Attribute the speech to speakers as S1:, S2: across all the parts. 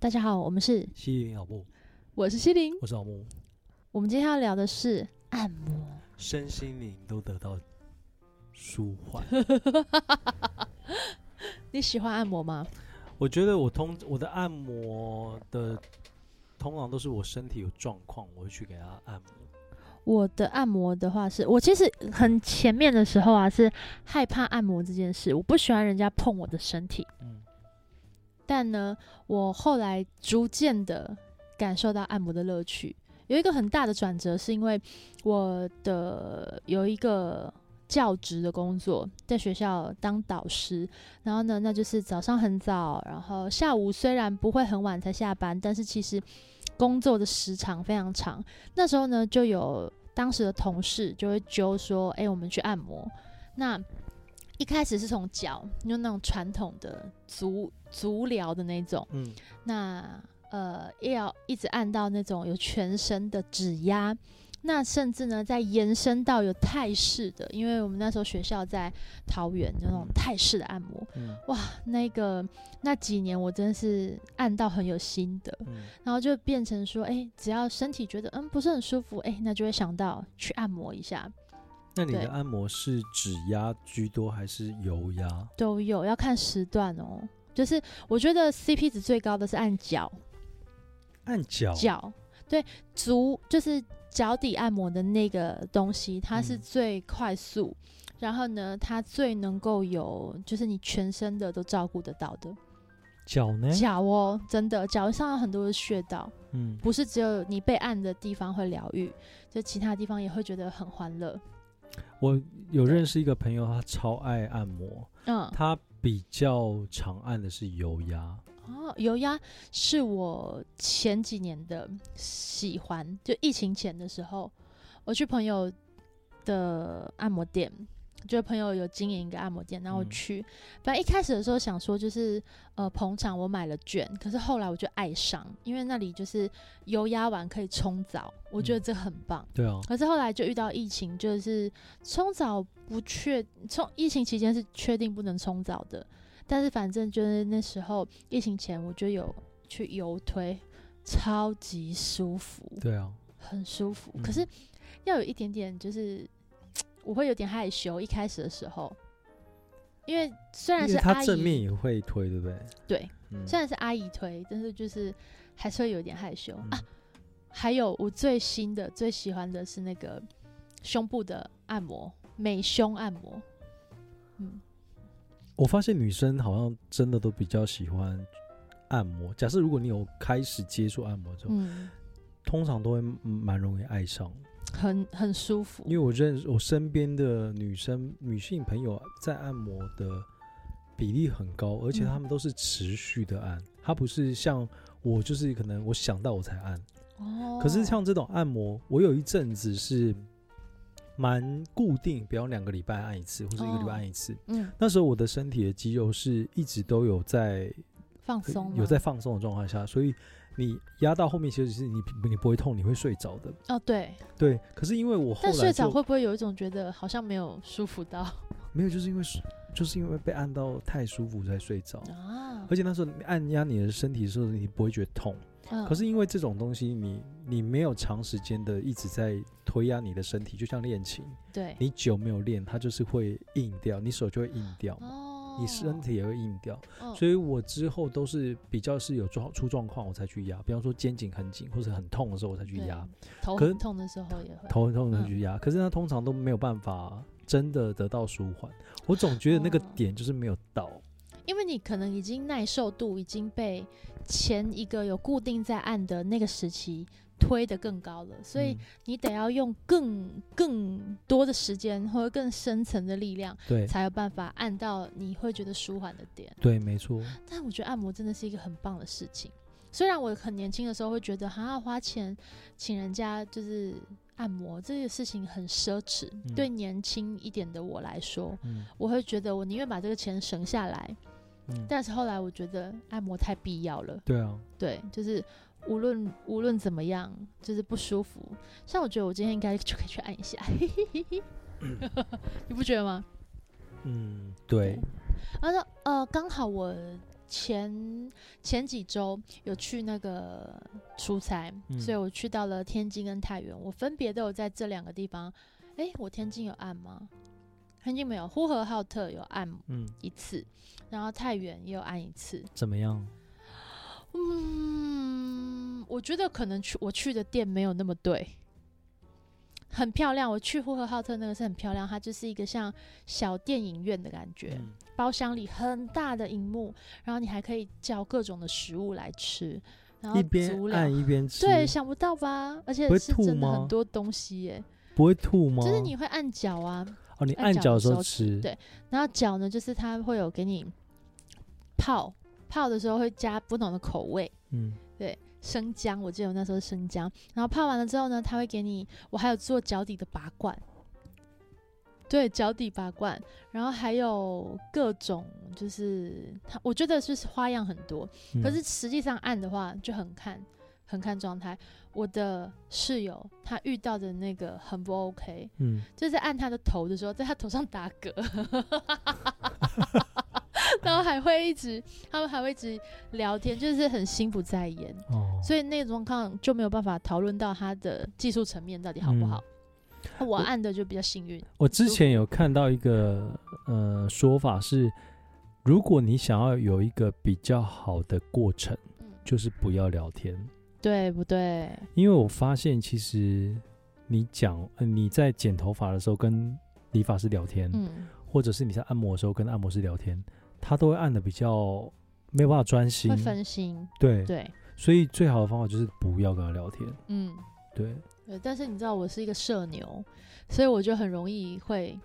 S1: 大家好，我们是
S2: 西林老木，
S1: 我是西林，
S2: 我是老木，
S1: 我们今天要聊的是按摩。
S2: 身心灵都得到舒缓。
S1: 你喜欢按摩吗？
S2: 我觉得我通我的按摩的，通常都是我身体有状况，我会去给他按摩。
S1: 我的按摩的话是，我其实很前面的时候啊，是害怕按摩这件事，我不喜欢人家碰我的身体。
S2: 嗯，
S1: 但呢，我后来逐渐的感受到按摩的乐趣。有一个很大的转折，是因为我的有一个教职的工作，在学校当导师。然后呢，那就是早上很早，然后下午虽然不会很晚才下班，但是其实工作的时长非常长。那时候呢，就有当时的同事就会揪说：“哎、我们去按摩。”那一开始是从脚，用那种传统的足足疗的那种，
S2: 嗯，
S1: 那呃要一直按到那种有全身的指压，那甚至呢再延伸到有泰式的，因为我们那时候学校在桃园有那种泰式的按摩，
S2: 嗯
S1: 哇，那个那几年我真是按到很有心得，
S2: 嗯
S1: 然后就变成说，哎、只要身体觉得嗯不是很舒服，哎、那就会想到去按摩一下，
S2: 那你
S1: 对
S2: 的按摩是指压居多还是油压？
S1: 都有，要看时段哦。就是我觉得 CP 值最高的是按脚，
S2: 按脚，
S1: 脚，对足就是脚底按摩的那个东西，它是
S2: 嗯
S1: 最快速，然后呢，它最能够有就是你全身的都照顾得到的
S2: 脚呢？
S1: 脚哦，真的脚上有很多的穴道，
S2: 嗯，
S1: 不是只有你被按的地方会疗愈，就其他地方也会觉得很欢乐。
S2: 我有认识一个朋友，他超爱按摩，
S1: 嗯，
S2: 他比较常按的是油压。
S1: 哦，油压是我前几年的喜欢，就疫情前的时候，我去朋友的按摩店，就朋友有经营一个按摩店，然后我
S2: 嗯
S1: 去，反正一开始的时候想说就是呃捧场，我买了券，可是后来我就爱上，因为那里就是油压完可以冲澡，我觉得
S2: 嗯
S1: 这很棒。
S2: 对啊，
S1: 可是后来就遇到疫情，就是冲澡不确冲疫情期间是确定不能冲澡的，但是反正就是那时候疫情前我就有去游推，超级舒服，
S2: 对啊，
S1: 很舒服。
S2: 嗯
S1: 可是要有一点点，就是我会有点害羞，一开始的时候，因为虽然
S2: 因
S1: 是
S2: 为
S1: 阿
S2: 他正
S1: 姨
S2: 面也会推，对不对？
S1: 对，
S2: 嗯
S1: 虽然是阿姨推，但是就是还是会有点害羞、
S2: 嗯
S1: 啊。还有我最新的、最喜欢的是那个胸部的按摩，美胸按摩。嗯，
S2: 我发现女生好像真的都比较喜欢按摩。假设如果你有开始接触按摩之后，
S1: 嗯，
S2: 通常都会嗯蛮容易爱上。
S1: 很很舒服
S2: 因。为我认识我身边的女生女性朋友在按摩的比例很高，而且
S1: 嗯
S2: 她们都是持续的按，她不是像我就是可能我想到我才按。
S1: 哦
S2: 可是像这种按摩，我有一阵子是蛮固定，比方两个礼拜按一次，或者一个礼
S1: 哦
S2: 拜按一次。
S1: 嗯
S2: 那时候我的身体的肌肉是一直都有在
S1: 放松吗
S2: 有在放松的状况下，所以你压到后面其实是你你不会痛，你会睡着的。
S1: 哦对，
S2: 对，可是因为我后
S1: 但
S2: 来
S1: 睡着
S2: 就
S1: 会不会有一种觉得好像没有舒服到
S2: 没有，就是因为就是因为被按到太舒服才睡着。
S1: 啊？
S2: 而且那时候你按压你的身体的时候，你不会觉得痛。
S1: 嗯
S2: 可是因为这种东西你，你没有长时间的一直在推压你的身体，就像练琴，
S1: 对
S2: 你久没有练，它就是会硬掉，你手就会硬掉嘛，
S1: 哦，
S2: 你身体也会硬掉。
S1: 嗯
S2: 所以我之后都是比较是有状出状况我才去压，比方说肩颈很紧或者很痛的时候我才去
S1: 对嗯
S2: 压，
S1: 头
S2: 可
S1: 很痛的时候也会
S2: 头很痛的时候去压。可是它通常都没有办法真的得到舒缓，我总觉得那个
S1: 哦
S2: 点就是没有到。
S1: 因为你可能已经耐受度已经被前一个有固定在按的那个时期推得更高了，所以
S2: 嗯
S1: 你得要用更更多的时间或者更深层的力量，
S2: 对
S1: 才有办法按到你会觉得舒缓的点。
S2: 对，没错，
S1: 但我觉得按摩真的是一个很棒的事情。虽然我很年轻的时候会觉得，哈，花钱请人家就是按摩这个事情很奢侈，
S2: 嗯
S1: 对年轻一点的我来说，
S2: 嗯
S1: 我会觉得我宁愿把这个钱省下来，
S2: 嗯，
S1: 但是后来我觉得按摩太必要了，
S2: 对啊，
S1: 对，就是无论无论怎么样，就是不舒服。像我觉得我今天应该就可以去按一下， 你不觉得吗？
S2: 嗯对
S1: 对，然后说呃，刚好我前前几周有去那个出差，
S2: 嗯
S1: 所以我去到了天津跟太原，我分别都有在这两个地方。哎、我天津有按吗？天津没有，呼和浩特有按
S2: 嗯，
S1: 一次，然后太原也有按一次。
S2: 怎么样？
S1: 嗯，我觉得可能去我去的店没有那么对，很漂亮。我去呼和浩特那个是很漂亮，它就是一个像小电影院的感觉，
S2: 嗯
S1: 包厢里很大的荧幕，然后你还可以叫各种的食物来吃，然后
S2: 一边
S1: 足
S2: 按
S1: 疗。
S2: 一边吃，
S1: 对，想不到吧？而且
S2: 不会
S1: 是
S2: 吐
S1: 真的
S2: 吗
S1: 很多东西耶，
S2: 不会吐吗？
S1: 就是你会按脚啊，
S2: 哦，你
S1: 按
S2: 按
S1: 脚
S2: 脚
S1: 的
S2: 的
S1: 时
S2: 时候
S1: 候
S2: 吃，
S1: 对然后脚呢，就是它会有给你泡泡的时候会加不同的口味，
S2: 嗯，
S1: 对，生姜，我记得我那时候是生姜，然后泡完了之后呢，他会给你，我还有做脚底的拔罐，对，脚底拔罐，然后还有各种就是他，我觉得就是花样很多，
S2: 嗯
S1: 可是实际上按的话就很看很看状态。我的室友他遇到的那个很不 OK，
S2: 嗯，
S1: 就是在按他的头的时候，在他头上打嗝，然后还会一直，他们还会一直聊天，就是很心不在焉，
S2: 哦，
S1: 所以那种况就没有办法讨论到他的技术层面到底好
S2: 嗯
S1: 不好。我按的就比较幸运，
S2: 我之前有看到一个呃说法是，如果你想要有一个比较好的过程，
S1: 嗯，
S2: 就是不要聊天，
S1: 对不对？
S2: 因为我发现其实你讲、呃你在剪头发的时候跟理发师聊天，
S1: 嗯，
S2: 或者是你在按摩的时候跟按摩师聊天，他都会按的比较没有办法专心
S1: 会，分心，
S2: 对，
S1: 对，
S2: 所以最好的方法就是不要跟他聊天，
S1: 嗯，
S2: 对，
S1: 对。但是你知道我是一个社牛，所以我就很容易会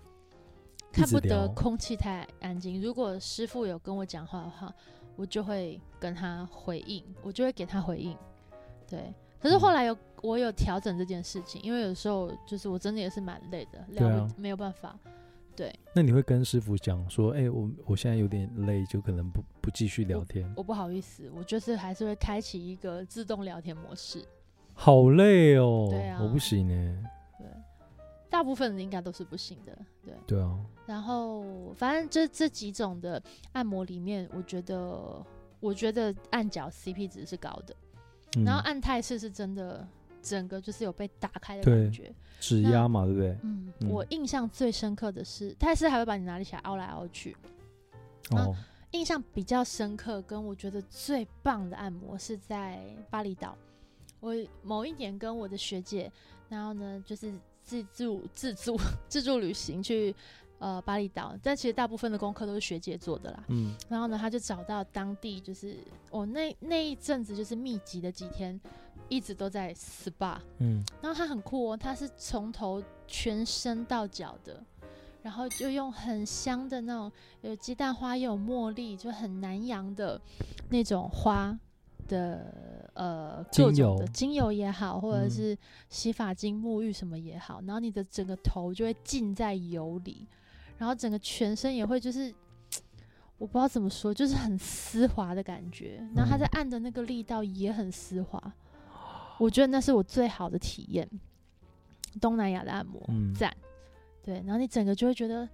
S2: 一
S1: 看
S2: 直
S1: 不得
S2: 聊
S1: 空气太安静。如果师傅有跟我讲话的话，我就会跟他回应，我就会给他回应。对，可是后
S2: 嗯
S1: 来有我有调整这件事情，因为有时候就是我真的也是蛮累的，聊
S2: 对
S1: 不、
S2: 啊
S1: 没有办法。
S2: 那你会跟师傅讲说，哎、我我现在有点累，就可能不不继续聊天，
S1: 我不好意思，我就是还是会开启一个自动聊天模式。
S2: 好累哦，
S1: 对啊
S2: 我不行哎，
S1: 对，大部分人应该都是不行的。对，
S2: 对啊，
S1: 然后反正这这几种的按摩里面，我觉得我觉得按脚 CP 值是高的，
S2: 嗯、
S1: 然后啊按泰式是真的整个就是有被打开的
S2: 对
S1: 感觉。
S2: 指
S1: 那
S2: 压嘛，对不对？
S1: 嗯，
S2: 嗯
S1: 我印象最深刻的是泰式还会把你哪里起来凹来凹去。啊
S2: 哦，
S1: 印象比较深刻，跟我觉得最棒的按摩是在巴厘岛。我某一年跟我的学姐，然后呢，就是自助自助 自助旅行去呃巴厘岛，但其实大部分的功课都是学姐做的啦。
S2: 嗯，
S1: 然后呢，她就找到当地，就是我、那那一阵子就是密集的几天，一直都在 SPA。
S2: 嗯，
S1: 然后它很酷哦，它是从头全身到脚的，然后就用很香的那种有鸡蛋花，也有茉莉，就很南洋的那种花的呃各
S2: 精油
S1: 种的精油也好，或者
S2: 嗯
S1: 是洗发精、沐浴什么也好，然后你的整个头就会浸在油里，然后整个全身也会就是。我不知道怎么说，就是很丝滑的感觉，然后它在按的那个力道也很丝滑，我觉得那是我最好的体验，东南亚的按摩，
S2: 嗯
S1: 赞、对，然后你整个就会觉得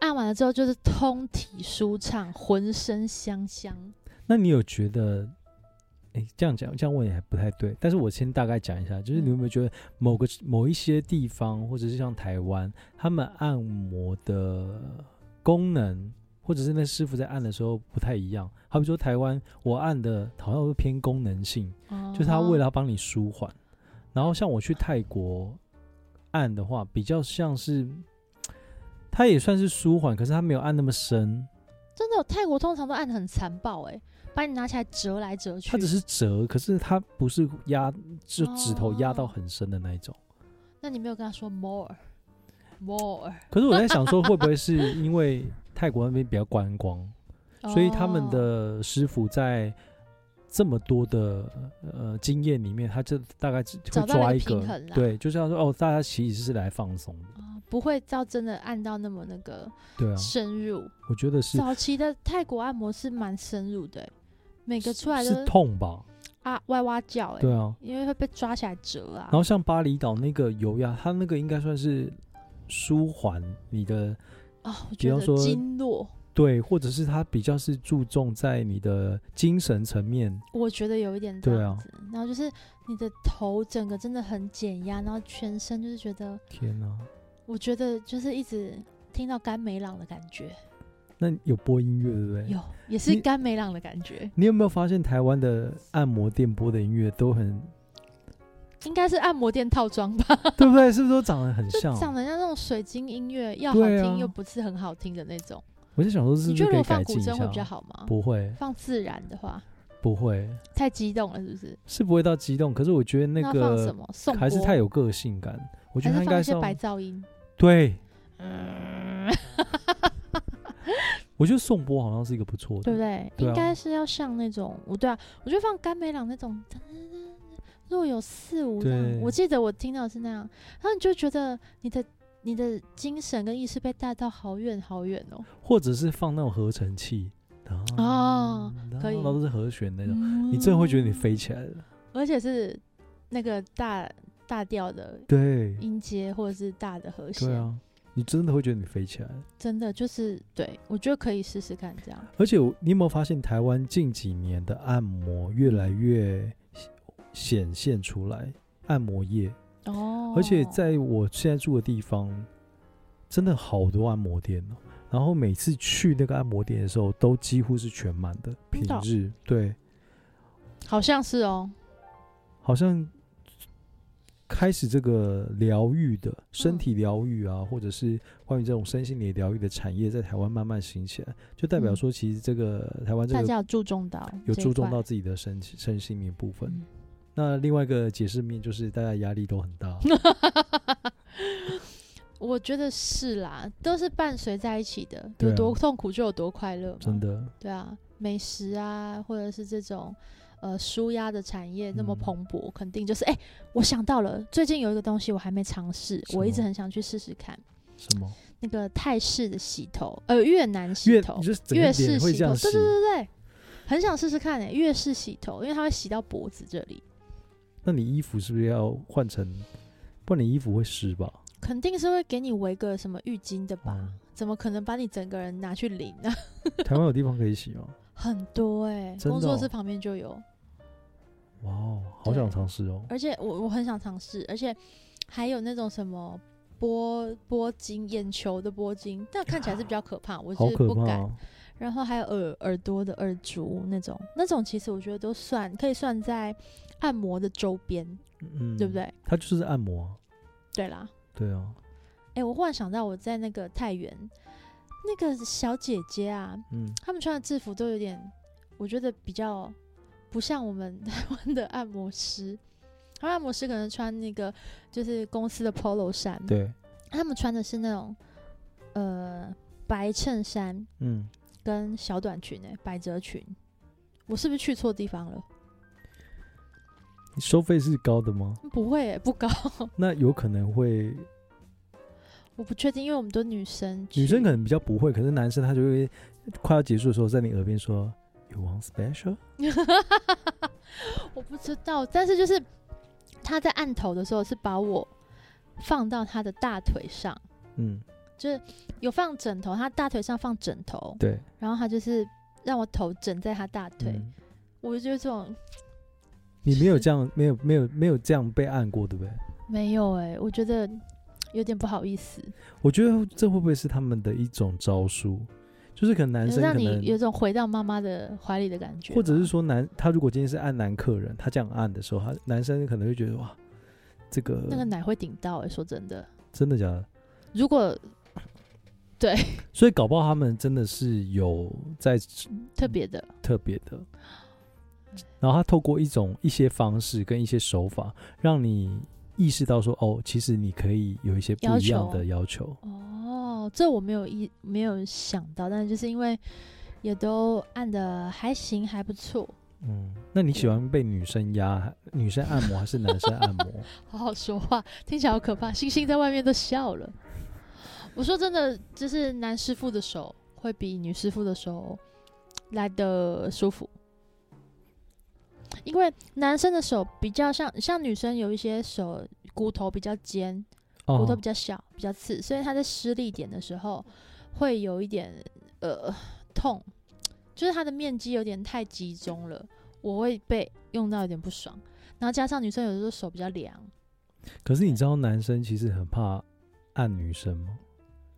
S1: 按完了之后就是通体舒畅，浑身香香。
S2: 那你有觉得，哎、这样讲这样问也还不太对，但是我先大概讲一下，就是你有没有觉得某个某一些地方，或者是像台湾，他们按摩的功能，或者是那师傅在按的时候不太一样？好比说台湾，我按的好像会偏功能性，
S1: 哦
S2: 就是他为了要帮你舒缓。然后像我去泰国按的话，比较像是，它也算是舒缓，可是它没有按那么深，
S1: 真的，泰国通常都按的很残暴、欸，把你拿起来折来折去。
S2: 它只是折，可是它不是压，就指头压到很深的那一
S1: 哦
S2: 种。
S1: 那你没有跟他说 more more，
S2: 可是我在想说，会不会是因为泰国那边比较观光， 所以他们
S1: 哦
S2: 的师傅在这么多的呃经验里面，他就大概只
S1: 找
S2: 会
S1: 到
S2: 抓
S1: 一
S2: 一
S1: 个平
S2: 个
S1: 衡，啦
S2: 对，就是要说哦，大家其实是来放松的，
S1: 哦不会到真的按到那么那个
S2: 对啊，
S1: 深入。
S2: 我觉得是
S1: 早期的泰国按摩是蛮深入的欸、每个出来都
S2: 是痛吧，
S1: 啊哇哇叫、欸，
S2: 对啊。
S1: 因为会被抓起来折啊
S2: 然。后像巴厘岛那个油压，它那个应该算是舒缓你的，
S1: 哦，我
S2: 比
S1: 觉
S2: 方
S1: 得
S2: 说
S1: 经络
S2: 对，或者是他比较是注重在你的精神层面，
S1: 我觉得有一点这
S2: 对
S1: 样
S2: 啊
S1: 子。然后就是你的头整个真的很减压，然后全身就是觉得，
S2: 天哪、
S1: 我觉得就是一直听到甘美朗的感觉，
S2: 那有播音乐对不对？
S1: 有也是
S2: 你
S1: 甘美朗的感觉，
S2: 你有没有发现台湾的按摩店播的音乐 都很，
S1: 应该是按摩店套装吧，
S2: 对不对？是不是都长得很
S1: 就
S2: 像？
S1: 长得 像那种水晶音乐，要好
S2: 对
S1: 听
S2: 啊
S1: 又不是很好听的那种。
S2: 我就想说，是
S1: 你
S2: 不
S1: 觉
S2: 是
S1: 得如
S2: 可以
S1: 果放
S2: 改
S1: 古
S2: 进一
S1: 筝会
S2: 下
S1: 比？较好吗？
S2: 不会，
S1: 放自然的话，
S2: 不会，
S1: 太激动了，是不是？
S2: 是不会到激动。可是我觉得那
S1: 那放什
S2: 个
S1: 么？颂
S2: 还是
S1: 钵
S2: 太有个性感。我觉
S1: 还
S2: 得他
S1: 是
S2: 应
S1: 放
S2: 该
S1: 一些
S2: 要
S1: 白噪音。
S2: 对，
S1: 嗯，
S2: 我觉得颂钵好像是一个不错的，
S1: 对不对？
S2: 对啊
S1: 应该是要像那种，我对啊，我觉得放甘美朗那种， 若有似无这样。
S2: 对
S1: 我记得我听到是那样，然后你就觉得你的你的精神跟意识被带到好远好远哦。
S2: 或者是放那种合成器
S1: 哦，
S2: 当
S1: 可以嗯
S2: 当都是和弦那种，
S1: 你
S2: 你真的会觉得你，飞起来了。
S1: 而且是那个大大调的
S2: 对，
S1: 音阶或者是大的和
S2: 对
S1: 弦，
S2: 啊，你真的会觉得你飞起来了。
S1: 真的就是对我觉得可以试试看这样。
S2: 而且我你有没有发现，台湾近几年的按摩越来越显现出来，按摩业，
S1: 哦，
S2: 而且在我现在住的地方，真的好多按摩店哦。然后每次去那个按摩店的时候，都几乎是全满的，
S1: 真
S2: 平
S1: 的哦
S2: 日对，
S1: 好像是哦，
S2: 好像开始这个疗愈的
S1: 嗯
S2: 身体疗愈啊，或者是关于这种身心灵疗愈的产业，在台湾慢慢兴起来，就代表
S1: 嗯
S2: 说，其实这个台湾这
S1: 大
S2: 个
S1: 家有注重到
S2: 有
S1: 这一
S2: 注重
S1: 块
S2: 到自己的身身心灵部分。
S1: 嗯
S2: 那另外一个解释面就是大家压力都很 大，
S1: 我觉得是啦，都是伴随在一起的，
S2: 对啊
S1: 有多痛苦就有多快乐嘛。
S2: 真，的。
S1: 对啊，美食啊，或者是这种呃舒压的产业那么
S2: 嗯
S1: 蓬勃，肯定就是哎、我想到了，最近有一个东西我还没尝试，
S2: 什么
S1: 我一直很想去试试看，
S2: 什么
S1: 那个泰式的洗头，呃，越南洗
S2: 越
S1: 头
S2: 你，就是整个
S1: 越式
S2: 脸会
S1: 洗头，
S2: 这样
S1: 对
S2: 洗
S1: 对，对对，很想试试看哎、越式洗头，因为它会洗到脖子这里，
S2: 那你衣服是不是要换成？不然你衣服会湿吧？
S1: 肯定是会给你围个什么浴巾的吧？
S2: 嗯
S1: 怎么可能把你整个人拿去淋啊？
S2: 台湾有地方可以 洗吗？
S1: 很多哎、
S2: 真的
S1: 工作
S2: 哦
S1: 室旁边就有，
S2: 哇哦，好
S1: 对啊
S2: 想尝试哦！
S1: 而且我我很想尝试，而且还有那种什么波波金眼球的波金，但看起来是比较可怕，我
S2: 好
S1: 是
S2: 可
S1: 不
S2: 怕
S1: 敢。
S2: 哦！
S1: 然后还有耳耳朵的耳烛那种，那种其实我觉得都算可以算在按摩的周边，
S2: 嗯，
S1: 对不？对？
S2: 它就是按摩啊，
S1: 对啦，
S2: 对啊，
S1: 哎、我忽然想到我在那个太原那个小姐姐啊，
S2: 嗯，
S1: 他们穿的制服都有点，我觉得比较不像我们 台湾的按摩师。台湾按摩师可能穿那个就是公司的 polo 衫，
S2: 对，
S1: 他们穿的是那种呃白衬衫
S2: 嗯，
S1: 跟小短裙、欸，百褶裙。我是不是去错地方了？
S2: 你收费是高的吗？
S1: 不会、欸，不高，
S2: 那有可能会，
S1: 我不确定，因为我们都女生去，
S2: 女生可能比较不会，可是男生他就会快要结束的时候，在你耳边说 “You want special”，
S1: 我不知道，但是就是他在按头的时候是把我放到他的大腿上，
S2: 嗯，
S1: 就是有放枕头，他大腿上放枕头，
S2: 对，
S1: 然后他就是让我头枕在他大腿，
S2: 嗯
S1: 我就觉得这种
S2: 你没有这样，没有没有没有这样被按过，对不对？
S1: 没有哎、我觉得有点不好意思，
S2: 我觉得这会不会是他们的一种招数？就是可能男生
S1: 让
S2: 可
S1: 你有
S2: 能，
S1: 种回到妈妈的怀里的感觉，
S2: 或者是说男，他如果今天是按男客人，他这样按的时候，他男生可能会觉得哇，这个
S1: 那个奶会顶到哎、说真的，
S2: 真的假的？
S1: 如果
S2: 所以搞不好他们真的是有在
S1: 特别的，
S2: 特别的，然后他透过一种一些方式跟一些手法，让你意识到说，哦，其实你可以有一些不一样的要求。
S1: 哦，这我没有一没有想到，但是就是因为也都按的还行，还不错，
S2: 嗯，那你喜欢被女生压、女生按摩还是男生 按摩？
S1: 好好说话，听起来好可怕。星星在外面都笑了。我说真的，就是男师傅的手会比女师傅的手来的舒服，因为男生的手比较像像女生有一些手骨头比较尖，骨头
S2: 哦
S1: 比，较小，比较刺，所以他在施力点的时候会有一点呃痛，就是它的面积有点太集中了，我会被用到有点不爽。然后加上女生有的时候手比较凉，
S2: 可是你知道男生其实很怕按女生吗？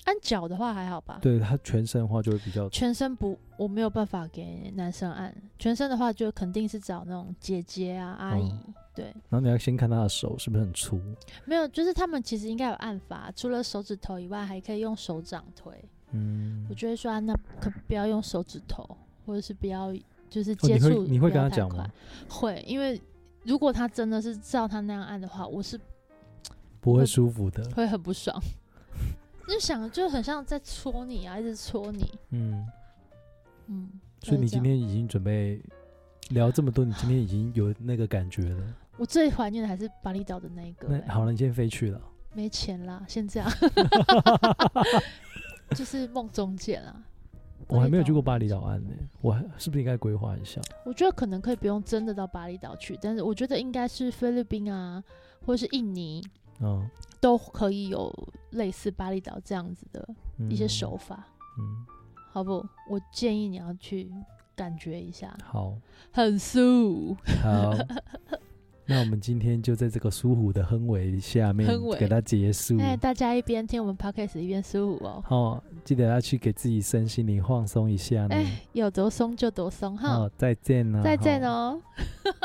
S1: 按脚的话还好吧？
S2: 对他全身的话就会比较
S1: 全身不，我没有办法给男生按。全身的话，就肯定是找那种姐姐啊、阿姨。
S2: 嗯
S1: 对，
S2: 然后你要先看他的手是不是很粗，
S1: 没有，就是他们其实应该有按法，除了手指头以外，还可以用手掌推。
S2: 嗯
S1: 我，就会说、啊，那可不要用手指头，或者是不要就是
S2: 哦
S1: 接
S2: 你会
S1: 触、
S2: 你会跟他讲吗？
S1: 会，因为如果他真的是照他那样按的话，我
S2: 嗯
S1: 是
S2: 不会舒服的，
S1: 会 很不爽。 就想就很像在戳你啊，一直戳你，
S2: 嗯。
S1: 嗯。
S2: 所以
S1: 会
S2: 你
S1: 这样
S2: 今天已经准备聊这么多，你今天已经有那个感觉了。
S1: 我最怀念的还是巴厘岛的那一个、
S2: 那
S1: 欸
S2: 好了，你今天飞去了。
S1: 没钱啦，先 这样，就是梦中见啊啦。
S2: 我还没有去过巴厘岛岸呢、我还是不是应该规划一下？
S1: 我觉得可能可以不用真的到巴厘岛去，但是我觉得应该是菲律宾啊，或是印尼
S2: 嗯，
S1: 都可以有类似巴厘岛这样子的
S2: 嗯
S1: 一些手，法，
S2: 嗯，
S1: 好不？我建议你要去感觉一下，
S2: 好
S1: 很素。
S2: 好。那我们今天就在这个舒服的氛围下面
S1: 氛围
S2: 给它结束。
S1: 哎，大家一边听我们 podcast 一边舒服哦。
S2: 哦，记得要去给自己身心灵放松一下呢。
S1: 哎，有多松就多松哈，
S2: 哦，再见了，
S1: 再见
S2: 哦
S1: 哦。